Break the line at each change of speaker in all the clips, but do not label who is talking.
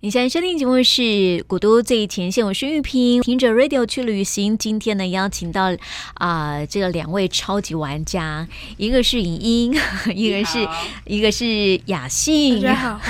你现在收听节目是《古都最前线》，我是玉萍，听着 Radio 去旅行。今天呢，邀请到啊、这个两位超级玩家，一个是影音， 一个是一个是雅
大
信。
家好，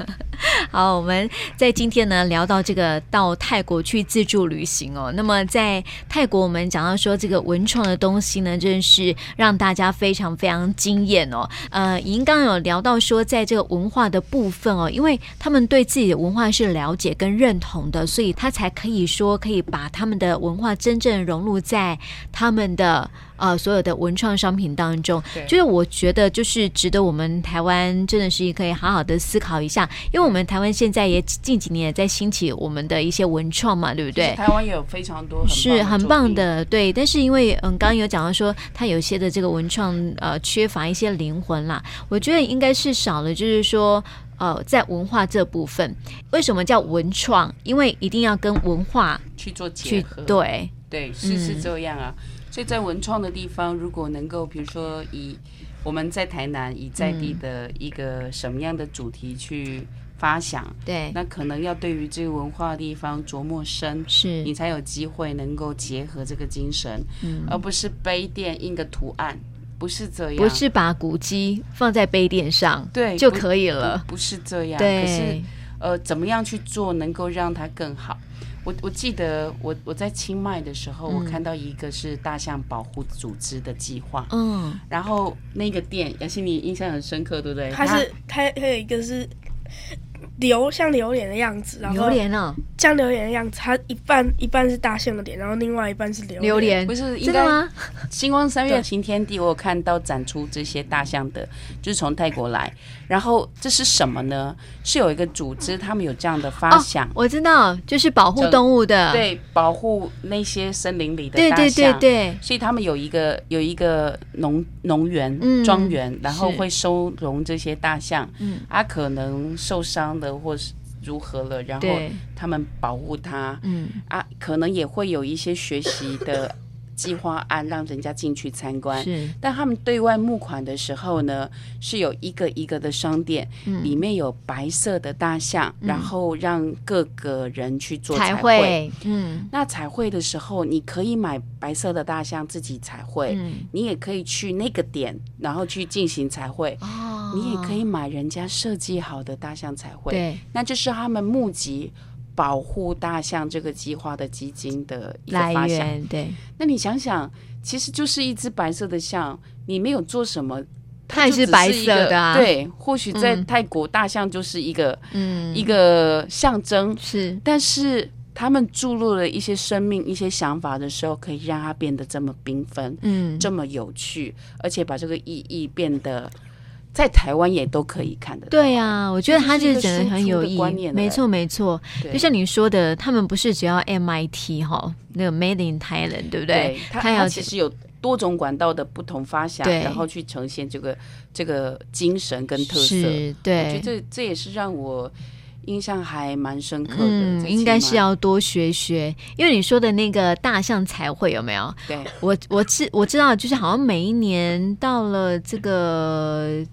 好，我们在今天呢聊到这个到泰国去自助旅行哦。那么在泰国，我们讲到说这个文创的东西呢，真的是让大家非常非常惊艳哦。呃，莹刚刚有聊到说，在这个文化的部分哦，因为他们对自己的文化是了解跟认同的，所以他才可以说可以把他们的文化真正融入在他们的呃所有的文创商品当中。
对
就是我觉得就是值得我们台湾真的是可以好好的思考一下，因为我们台湾现在也近几年也在兴起我们的一些文创嘛，对不对？
台湾也有非常多
是很
作
棒
品，
的，对。但是因为嗯，刚刚有讲到说，它有些的这个文创呃缺乏一些灵魂啦，我觉得应该是少了，就是说呃，在文化这部分，为什么叫文创？因为一定要跟文化
去做结
去嗯
合，
对，
对，是是这样啊。所以在文创的地方，如果能够，比如说以我们在台南以在地的一个什么样的主题去发想，
对，
那可能要对于这个文化的地方琢磨深，
是
你才有机会能够结合这个精神，
嗯
而不是杯垫印个图案，不是这样，
不是把古迹放在杯垫上
对
就
不
可以了？
不是这样，可是
对，
呃，怎么样去做能够让它更好？我我记得我我在清迈的时候，
嗯
我看到一个是大象保护组织的计划，
嗯，
然后那个店，杨欣你印象很深刻，对不对？
它是它它有一个是榴像榴莲的样子，然后
榴莲啊，
像榴莲的样子，它一半一半是大象的脸，然后另外一半是榴
榴莲
它不是应
嗯真的
该
吗？
星光三月晴天地，我有看到展出这些大象的，就是从泰国来。然后这是什么呢？是有一个组织，他们有这样的发
哦
想，，
我知道，就是保护
整
动物的，
对，保护那些森林里的
对
大象。
对对对，
所以他们有一个有一个农农园
嗯
庄园，然后
是
会收容这些大象，
嗯，
啊，可能受伤的或是如何了，然后
对，
他们保护它，
嗯。
啊，可能也会有一些学习的 计划案，让人家进去参观。
嗯是
但他们对外募款的时候呢，是有一个一个的商店，
嗯
里面有白色的大象，然后让各个人去做彩
绘，嗯
那彩绘的时候，你可以买白色的大象自己彩绘，
嗯
你也可以去那个点，然后去进行彩绘。
哦
你也可以买人家设计好的大象彩绘，
对
那就是他们募集保护大象这个计划的基金的一个
来
发想。
源，对，
那你想想，其实就是一只白色的象，你没有做什么，
它也
就只
是
是
白
一
色
个
的啊，，
对，或许在
嗯
泰国，大象就是一个、
嗯，
一个象征，
是
但是他们注入了一些生命、一些想法的时候，可以让它变得这么缤纷、
嗯，
这么有趣，而且把这个意义变得在台湾也都可以看得到。
对啊，我觉得
这
它
是
就是
一个
整个
输
很
出
有
的
意
观
义，
念
没
了
错没错，
对
就像你说的，他们不是只要 MIT 哈，那个 Made in Thailand，对不
对，它
它要
它其实有多种管道的不同发想，
对
然后去呈现这个这个精神跟特色。
是，
我觉得
对，
这这也是让我印象还蛮深刻的。
嗯，
在
应该
清
是
迈
要多学学，因为你说的那个大象彩绘有没有？
对
我我知我知道，就是好像每一年到了这个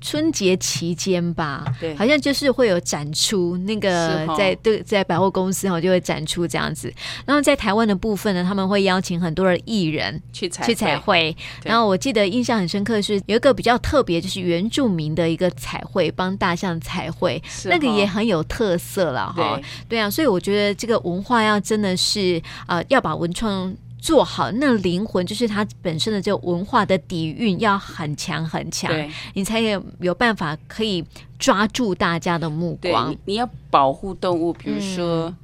春节期间吧，
对
好像就是会有展出那个
是哦
在对在百货公司哈就会展出这样子。然后在台湾的部分呢，他们会邀请很多的艺人
去彩
去彩
绘
绘。
对
然后我记得印象很深刻是有一个比较特别，就是原住民的一个彩绘，帮大象彩绘，
是
那个也
哈
很有特色了哈
对。
对啊，所以我觉得这个文化要真的是呃，要把文创做好，那灵魂就是它本身的这个文化的底蕴要很强很强，
对
你才有有办法可以抓住大家的目
对，
光
你。你要保护动物，比如说。
嗯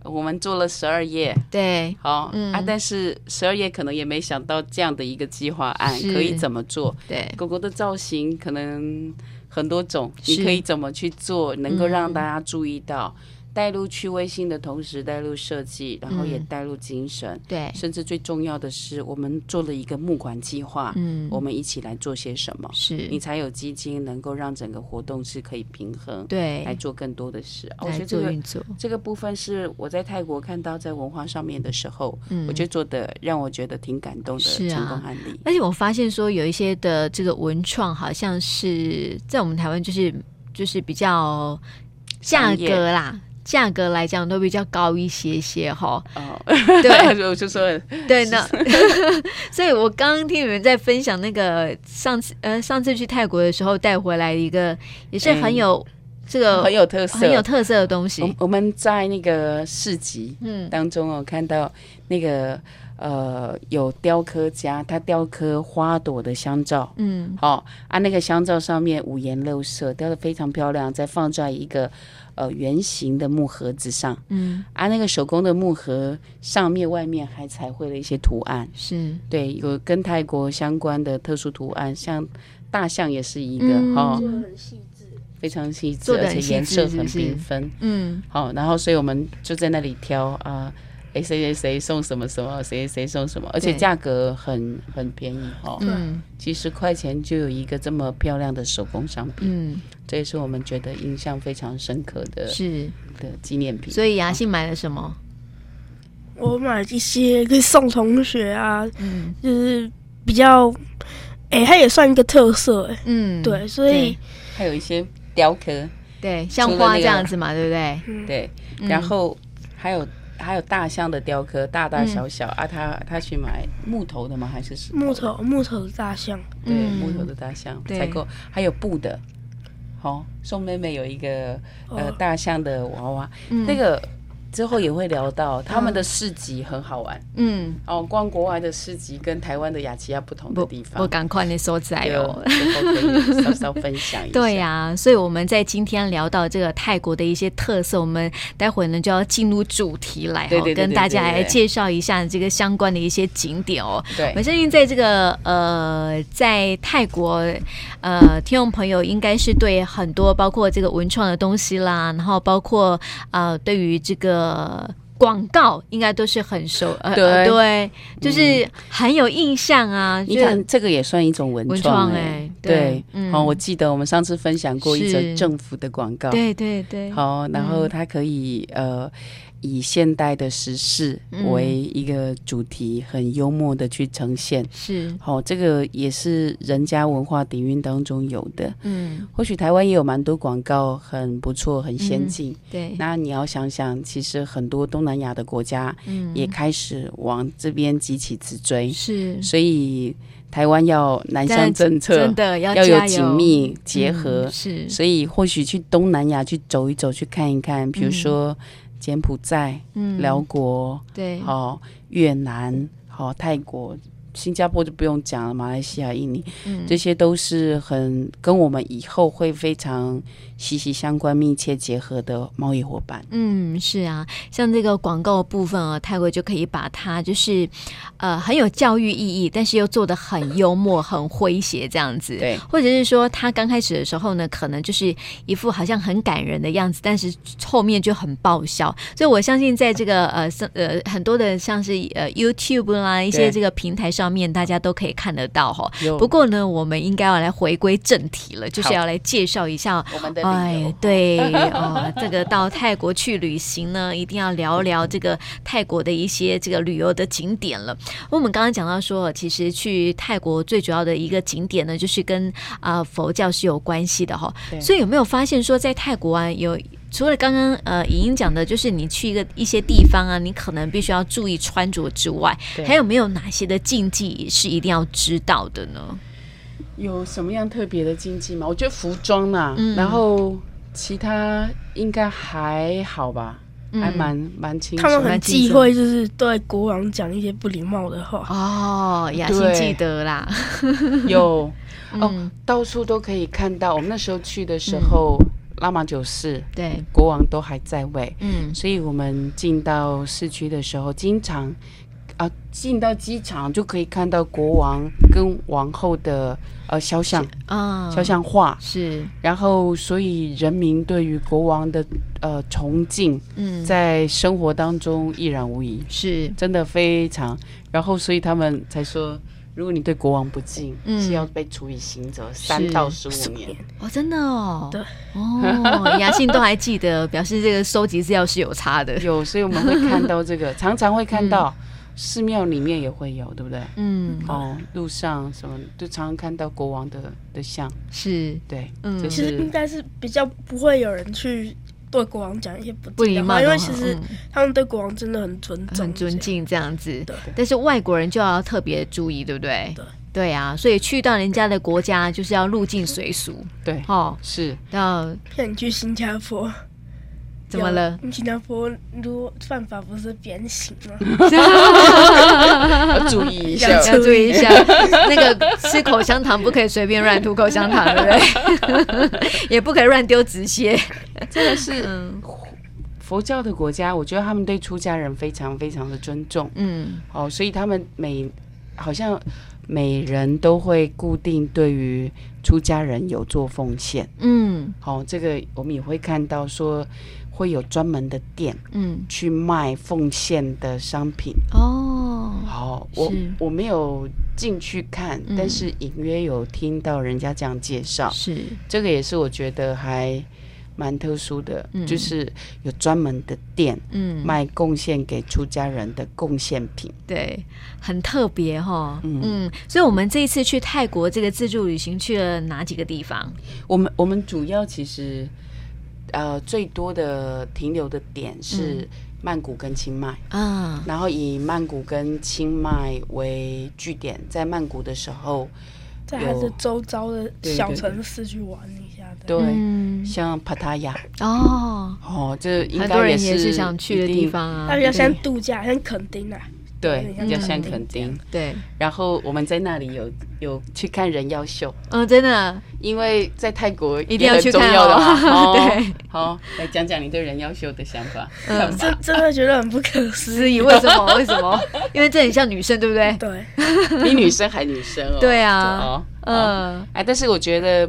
呃我们做了十二页，
对，
好、
嗯
啊，但是十二页可能也没想到这样的一个计划案
是
可以怎么做。
对，
狗狗的造型可能很多种，
是嗯
你可以怎么去做，能够让大家注意到，带入趣味性的同时，带入设计，然后也
嗯
带入精神，
对，
甚至最重要的是，我们做了一个募款计划，
嗯，
我们一起来做些什么，你
是，
才有基金能够让整个活动是可以平衡，来
对，
做更多的事。哎哦我觉
来嗯
得这
做
个
运作，
这个部分是我在泰国看到在文化上面的时候，
嗯
我觉得做的让我觉得挺感动的
是
成
啊
功案 例。
而且我发现说有一些的这个文创，好像是在我们台湾就是就是比较价
商业
格啦，价格来讲都比较高一些些哈。
哦，
对
我就说
对呢， 所以我刚刚听你们在分享那个上次呃上次去泰国的时候带回来一个也是很有这个
嗯很有特
呃
色，哦
很有特色的东
我
西，
我们在那个市集
嗯
当中哦，看到那个呃有雕刻家，他雕刻花朵的香皂。
嗯
哦啊，那个香皂上面五颜六色，雕的非常漂亮，再放在一个呃圆形的木盒子上
嗯
啊，那个手工的木盒上面外面还彩绘了一些图案，
是
对，有跟泰国相关的特殊图案，像大象也是一个
嗯
哦，
就很细致。
非常细致，
做得
而
很
且颜
细
色
致
很
是不是
缤纷。
嗯
好，然后所以我们就在那里挑啊，诶，谁谁谁送什么什么，谁谁谁送什么，而且
对
价格很很便宜哦，
嗯
几十块钱就有一个这么漂亮的手工商品，
嗯
这也是我们觉得印象非常深刻的
是，
的纪念品。
所以雅信买了什么？
我买一些可以送同学啊，
嗯
就是比较，哎、它也算一个特色哎、
嗯
对，所以
还有一些雕刻，
对像
除了
花
那
这
个
样子嘛，对不对？
对，
嗯
然后还有。还有大象的雕刻，大大小小、啊！他他去买木头的吗？还是石
木
头的？
头木头的大象，
对，
嗯
木头的大象
对
采购，还有布的。好、宋妹妹有一个呃
哦
大象的娃娃，
嗯
那个之后也会聊到他们的市集很好玩、
嗯，
哦。逛国外的市集跟台湾的雅琪亚不同的
我
地方，
我赶快你收起来
对
哦
哦，。之后可以稍稍分享 一下。
对呀、所以我们在今天聊到这个泰国的一些特色，我们待会呢就要进入主题来、哦，
对对对
跟大家
对对
来
对
介绍一下这个相关的一些景点哦。
对
我相信在这个呃，在泰国呃，听众朋友应该是对很多包括这个文创的东西啦，然后包括呃，对于这个。广告应该都是很熟，呃，
对嗯
呃对，就是很有印象啊。
你
就
看，这个也算一种文
文
创
创
哎、
哎对
对，
嗯
好、我记得我们上次分享过一则
是
政府的广告，
对对对，
好，然后它可以、呃以现代的时事
嗯
为一个主题，很幽默的去呈现。
是，
好，这个也是人家文化底蕴当中有的。
嗯，
或许台湾也有蛮多广告很不错、很先进。
对，
那你要想想，其实很多东南亚的国家
嗯，
也开始往这边急起直追，
是
所以台湾要南向政策
真的要
要
加
有
油
紧密结合。
嗯是
所以或许去东南亚去走一走，去看一看，比如说柬埔寨、
嗯
辽国、
对，
好、越南、好、泰国、新加坡就不用讲了，马来西亚、印尼，
嗯
这些都是很跟我们以后会非常息息相关、密切结合的贸易伙伴。
嗯，是啊，像这个广告部分啊，泰国就可以把它就是，呃，很有教育意义，但是又做的很幽默、很诙谐这样子。
对
或者是说他刚开始的时候呢，可能就是一副好像很感人的样子，但是后面就很爆笑。所以我相信，在这个呃是呃很多的像是呃 YouTube 啦一些
对
这个平台上面，大家都可以看得到哈。
有
不过呢，我们应该要来回归正题了，就是
好
要来介绍一下
我们的理
哎
由，，
对 哦，这个到泰国去旅行呢，一定要聊聊这个泰国的一些这个旅游的景点了。我们刚刚讲到说，其实去泰国最主要的一个景点呢，就是跟啊、呃佛教是有关系的哈、
对
所以有没有发现说，在泰国啊有？除了刚刚呃，莹莹讲的，就是你去一个一些地方啊，你可能必须要注意穿着之外，
对
还有没有哪些的禁忌是一定要知道的呢？
有什么样特别的禁忌吗？我觉得服装啦、
嗯
然后其他应该还好吧，
嗯
还蛮蛮清楚。
他们
蛮
很
精
忌
神
讳就是对国王讲一些不礼貌的话。
哦，雅欣
对
记得啦，
有、
嗯
哦，到处都可以看到。我们那时候去的时候，
嗯
拉玛九世
对，
国王都还在位，
嗯
所以我们进到市区的时候，经常啊，进到机场就可以看到国王跟王后的呃肖像
啊，
肖像画。
是，
然后，所以人民对于国王的呃崇敬，
嗯，
在生活当中一览无遗，
是，
真的非常。然后，所以他们才说，如果你对国王不敬，
嗯
是要被处以刑责三
是
到十五年。
哦，真的哦，
对，
哦，雅信都还记得， 表示这个收集资料是有差的，
有，所以我们会看到这个，常常会看到寺庙里面也会有，对不对？
嗯，
哦，路上什么就常常看到国王的的像，
是，
对，
嗯
就
其实应
是
该是比较不会有人去对国王讲一些不
不
敬
礼
的
貌
话，
的话，
因为其实
嗯
他们对国王真的很尊重，
很尊。敬这样子
对。
但是外国人就要特别注意，对不对？
对。
对啊，所以去到人家的国家，就是要入境随俗
对，
哦。
是
要
像你去新加坡，
怎么 了？？
新加坡如果犯法不是鞭刑吗？
嗯
要注意一下
要。
要注意一下，那个吃口香糖不可以随便乱吐口香糖，对不对？ 也不可以乱丢纸屑。
这个是
嗯
佛教的国家，我觉得他们对出家人非常非常的尊重
嗯，
哦，所以他们每好像每人都会固定对于出家人有做奉献。
嗯
好、这个我们也会看到说会有专门的店
嗯，
去卖奉献的商品。
哦，
哦，我
是
我没有进去看，
嗯
但是隐约有听到人家这样介绍，
是，
这个也是我觉得还蛮特殊的，
嗯
就是有专门的店
嗯，
卖贡献给出家人的贡献品。
对，很特别哈、嗯所以我们这一次去泰国这个自助旅行去了哪几个地方？
我们我们主要其实呃最多的停留的点
嗯
是曼谷跟清迈。
啊，
然后以曼谷跟清迈为据点，在曼谷的时候，
在他的周遭的
对
小
对对
城市去玩一下的。
对，
嗯，
像帕塔亚，
哦，
哦，这应
很多
该
人
是
是想去的
一定
地，方啊
它，比较像
对
度假，像垦丁啊，
对，
嗯
比较像
嗯
垦丁。
对，
然后我们在那里有有去看人妖秀，
嗯，真的
因为在泰国
一定
也
要
很
去
重
看
要的嘛。
哦
好
对，
好，来讲讲你对人妖秀的想 法。
嗯
真真的觉得很不可思
思
议。
疑为什么？为什么？因为这很像女生，对不对？
对，
比女生还女生哦。
对
哦
啊，，
嗯，
嗯，
哎，但是我觉得。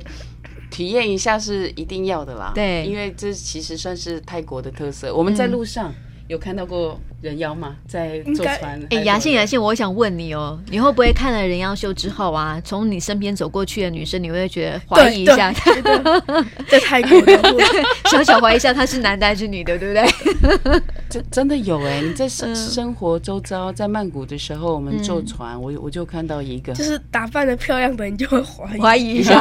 体验一下是一定要的啦，
对嗯
因为这其实算是泰国的特色。我们在路上有看到过人妖吗？在
应
坐
该
船？
哎、雅信
还
雅
是
信，我想问你哦，你会不会看了人妖秀之后啊，从你身边走过去的女生，你会觉得怀疑一下，
对对对在泰国的路
小小怀疑一下他是男的还是女的，对不 对？
真真的有哎、你在
嗯
生生活周遭，在曼谷的时候，我们坐船，
嗯
我我就看到一个
就，是打扮的漂亮的，你就会怀疑。
怀疑一下，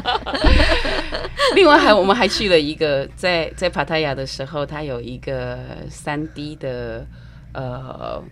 另外还我们还去了一个，在在帕塔亚的时候，它有一个三 D 的呃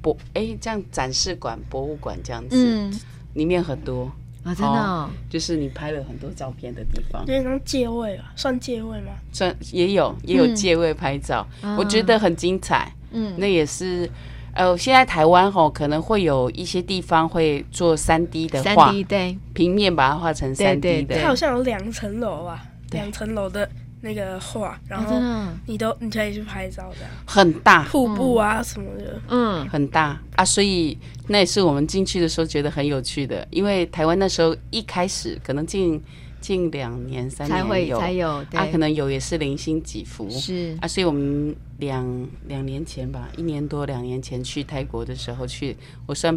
博哎、这样展示馆、博物馆这样 子，
嗯，
里面很多，
啊、真的、哦，
就是你拍了很多照片的地方
嗯
有，点像借位吧，算借位吗？
算也有也有
嗯
借位拍照，
啊
我觉得很精彩。
嗯，
那也是，呃，现在台湾吼可能会有一些地方会做三 D 的
三
画，
D 对，
平面把它画成
对
三
对
D
它好
的，
像有两层楼吧，
对
两层楼的那个画，然
啊、
后
真的哦，
你都你可以去拍照这样，
很大
瀑布啊什么的。
嗯，
很大啊，所以那也是我们进去的时候觉得很有趣的，因为台湾那时候一开始可能近近两年三
才
年
会
有，
才有，对，
啊，可能有也是零星几幅。
是，
啊，所以我们两两年前吧，一年多两年前去泰国的时候去，我算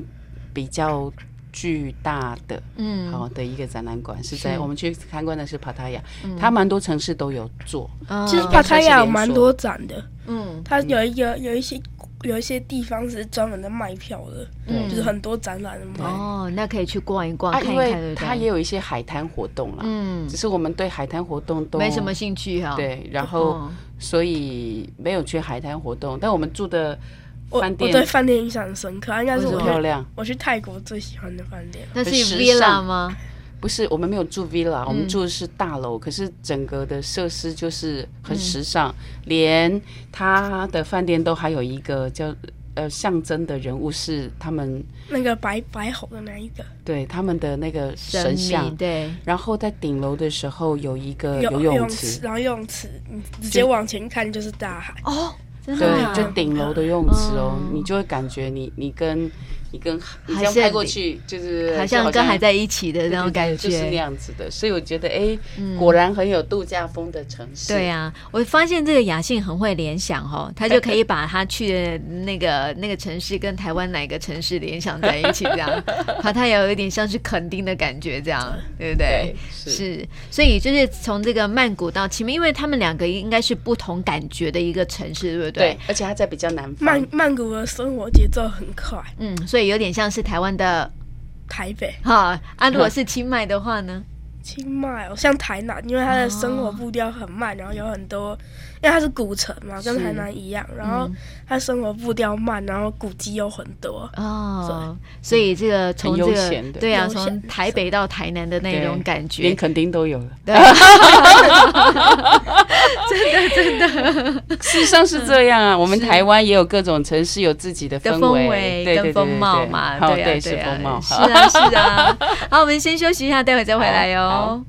比较巨大的
嗯，
好的一个展览馆，是在
是
我们去参观的是帕塔亚，它蛮多城市都有做，
嗯，
其实
它
帕塔亚有蛮多展的，
嗯
它有一个有一些有一些地方是专门在卖票的，
嗯
就是很多展览的嘛。
哦，那可以去逛一逛，
啊，
看一
因
看，对
为
不
它
对？
也有一些海滩活动啦，
嗯，
只是我们对海滩活动都
没什么兴趣哈、，
对，哦然后
嗯、
所以没有去海滩活动，但我们住的
我
饭
我
店
对饭店印象很深刻，啊它应该是
为
我
什
漂
去
亮，
我去泰国最喜欢的饭店。
那是
很时
villa
尚
吗？
不是我们没有住 villa，我
嗯
们住的是大楼，可是整个的设施就是
嗯
很时尚，连它的饭店都还有一个叫呃象征的人物是他们
那个白白猴的那一个
对他们的那个神像
明，对，
然后在顶楼的时候有一个游
游
泳
泳
池，
然后游泳池你直接往前看就是大海，
哦，真的啊、
对，就顶楼的游泳池哦，
嗯
你就会感觉你你跟你跟你
还
这样
是
拍过去，就是
好像跟还在一起的
对对
那种
对
感
就是那
觉。嗯
样子的。所以我觉得，哎，果然很有度假风的城市。
对啊，我发现这个雅信很会联想哦，他就可以把他去的那个那个城市跟台湾哪个城市联想在一起，这 样，好，他也有一点像是垦丁的感觉，这样，对不对
对，？是
是，所以就是从这个曼谷到清迈，因为他们两个应该是不同感觉的一个城市，对不对？
对，而且它在比较南方
曼，曼谷的生活节奏很快，
嗯，所以有点像是台湾的
台北
哈啊，如果是清迈的话呢？
清迈哦，像台南，因为它的生活步调很慢，然后有很多，因为它是古城嘛，跟
是
台南一样，然后它生活步调慢，然后古迹又很多，
哦，所以这个从
很
这
悠
个
闲的
对啊，
悠闲
从台北到台南的那种
对
感觉
连，垦丁都有了，
对，
事实上是这样啊。我们台湾也有各种城市有自己的
的
氛
围
对对对
跟风貌嘛，
对
对啊，
对是
对啊
风貌，，
是啊，是啊。好，我们先休息一下，待会再回来
好
哟
好。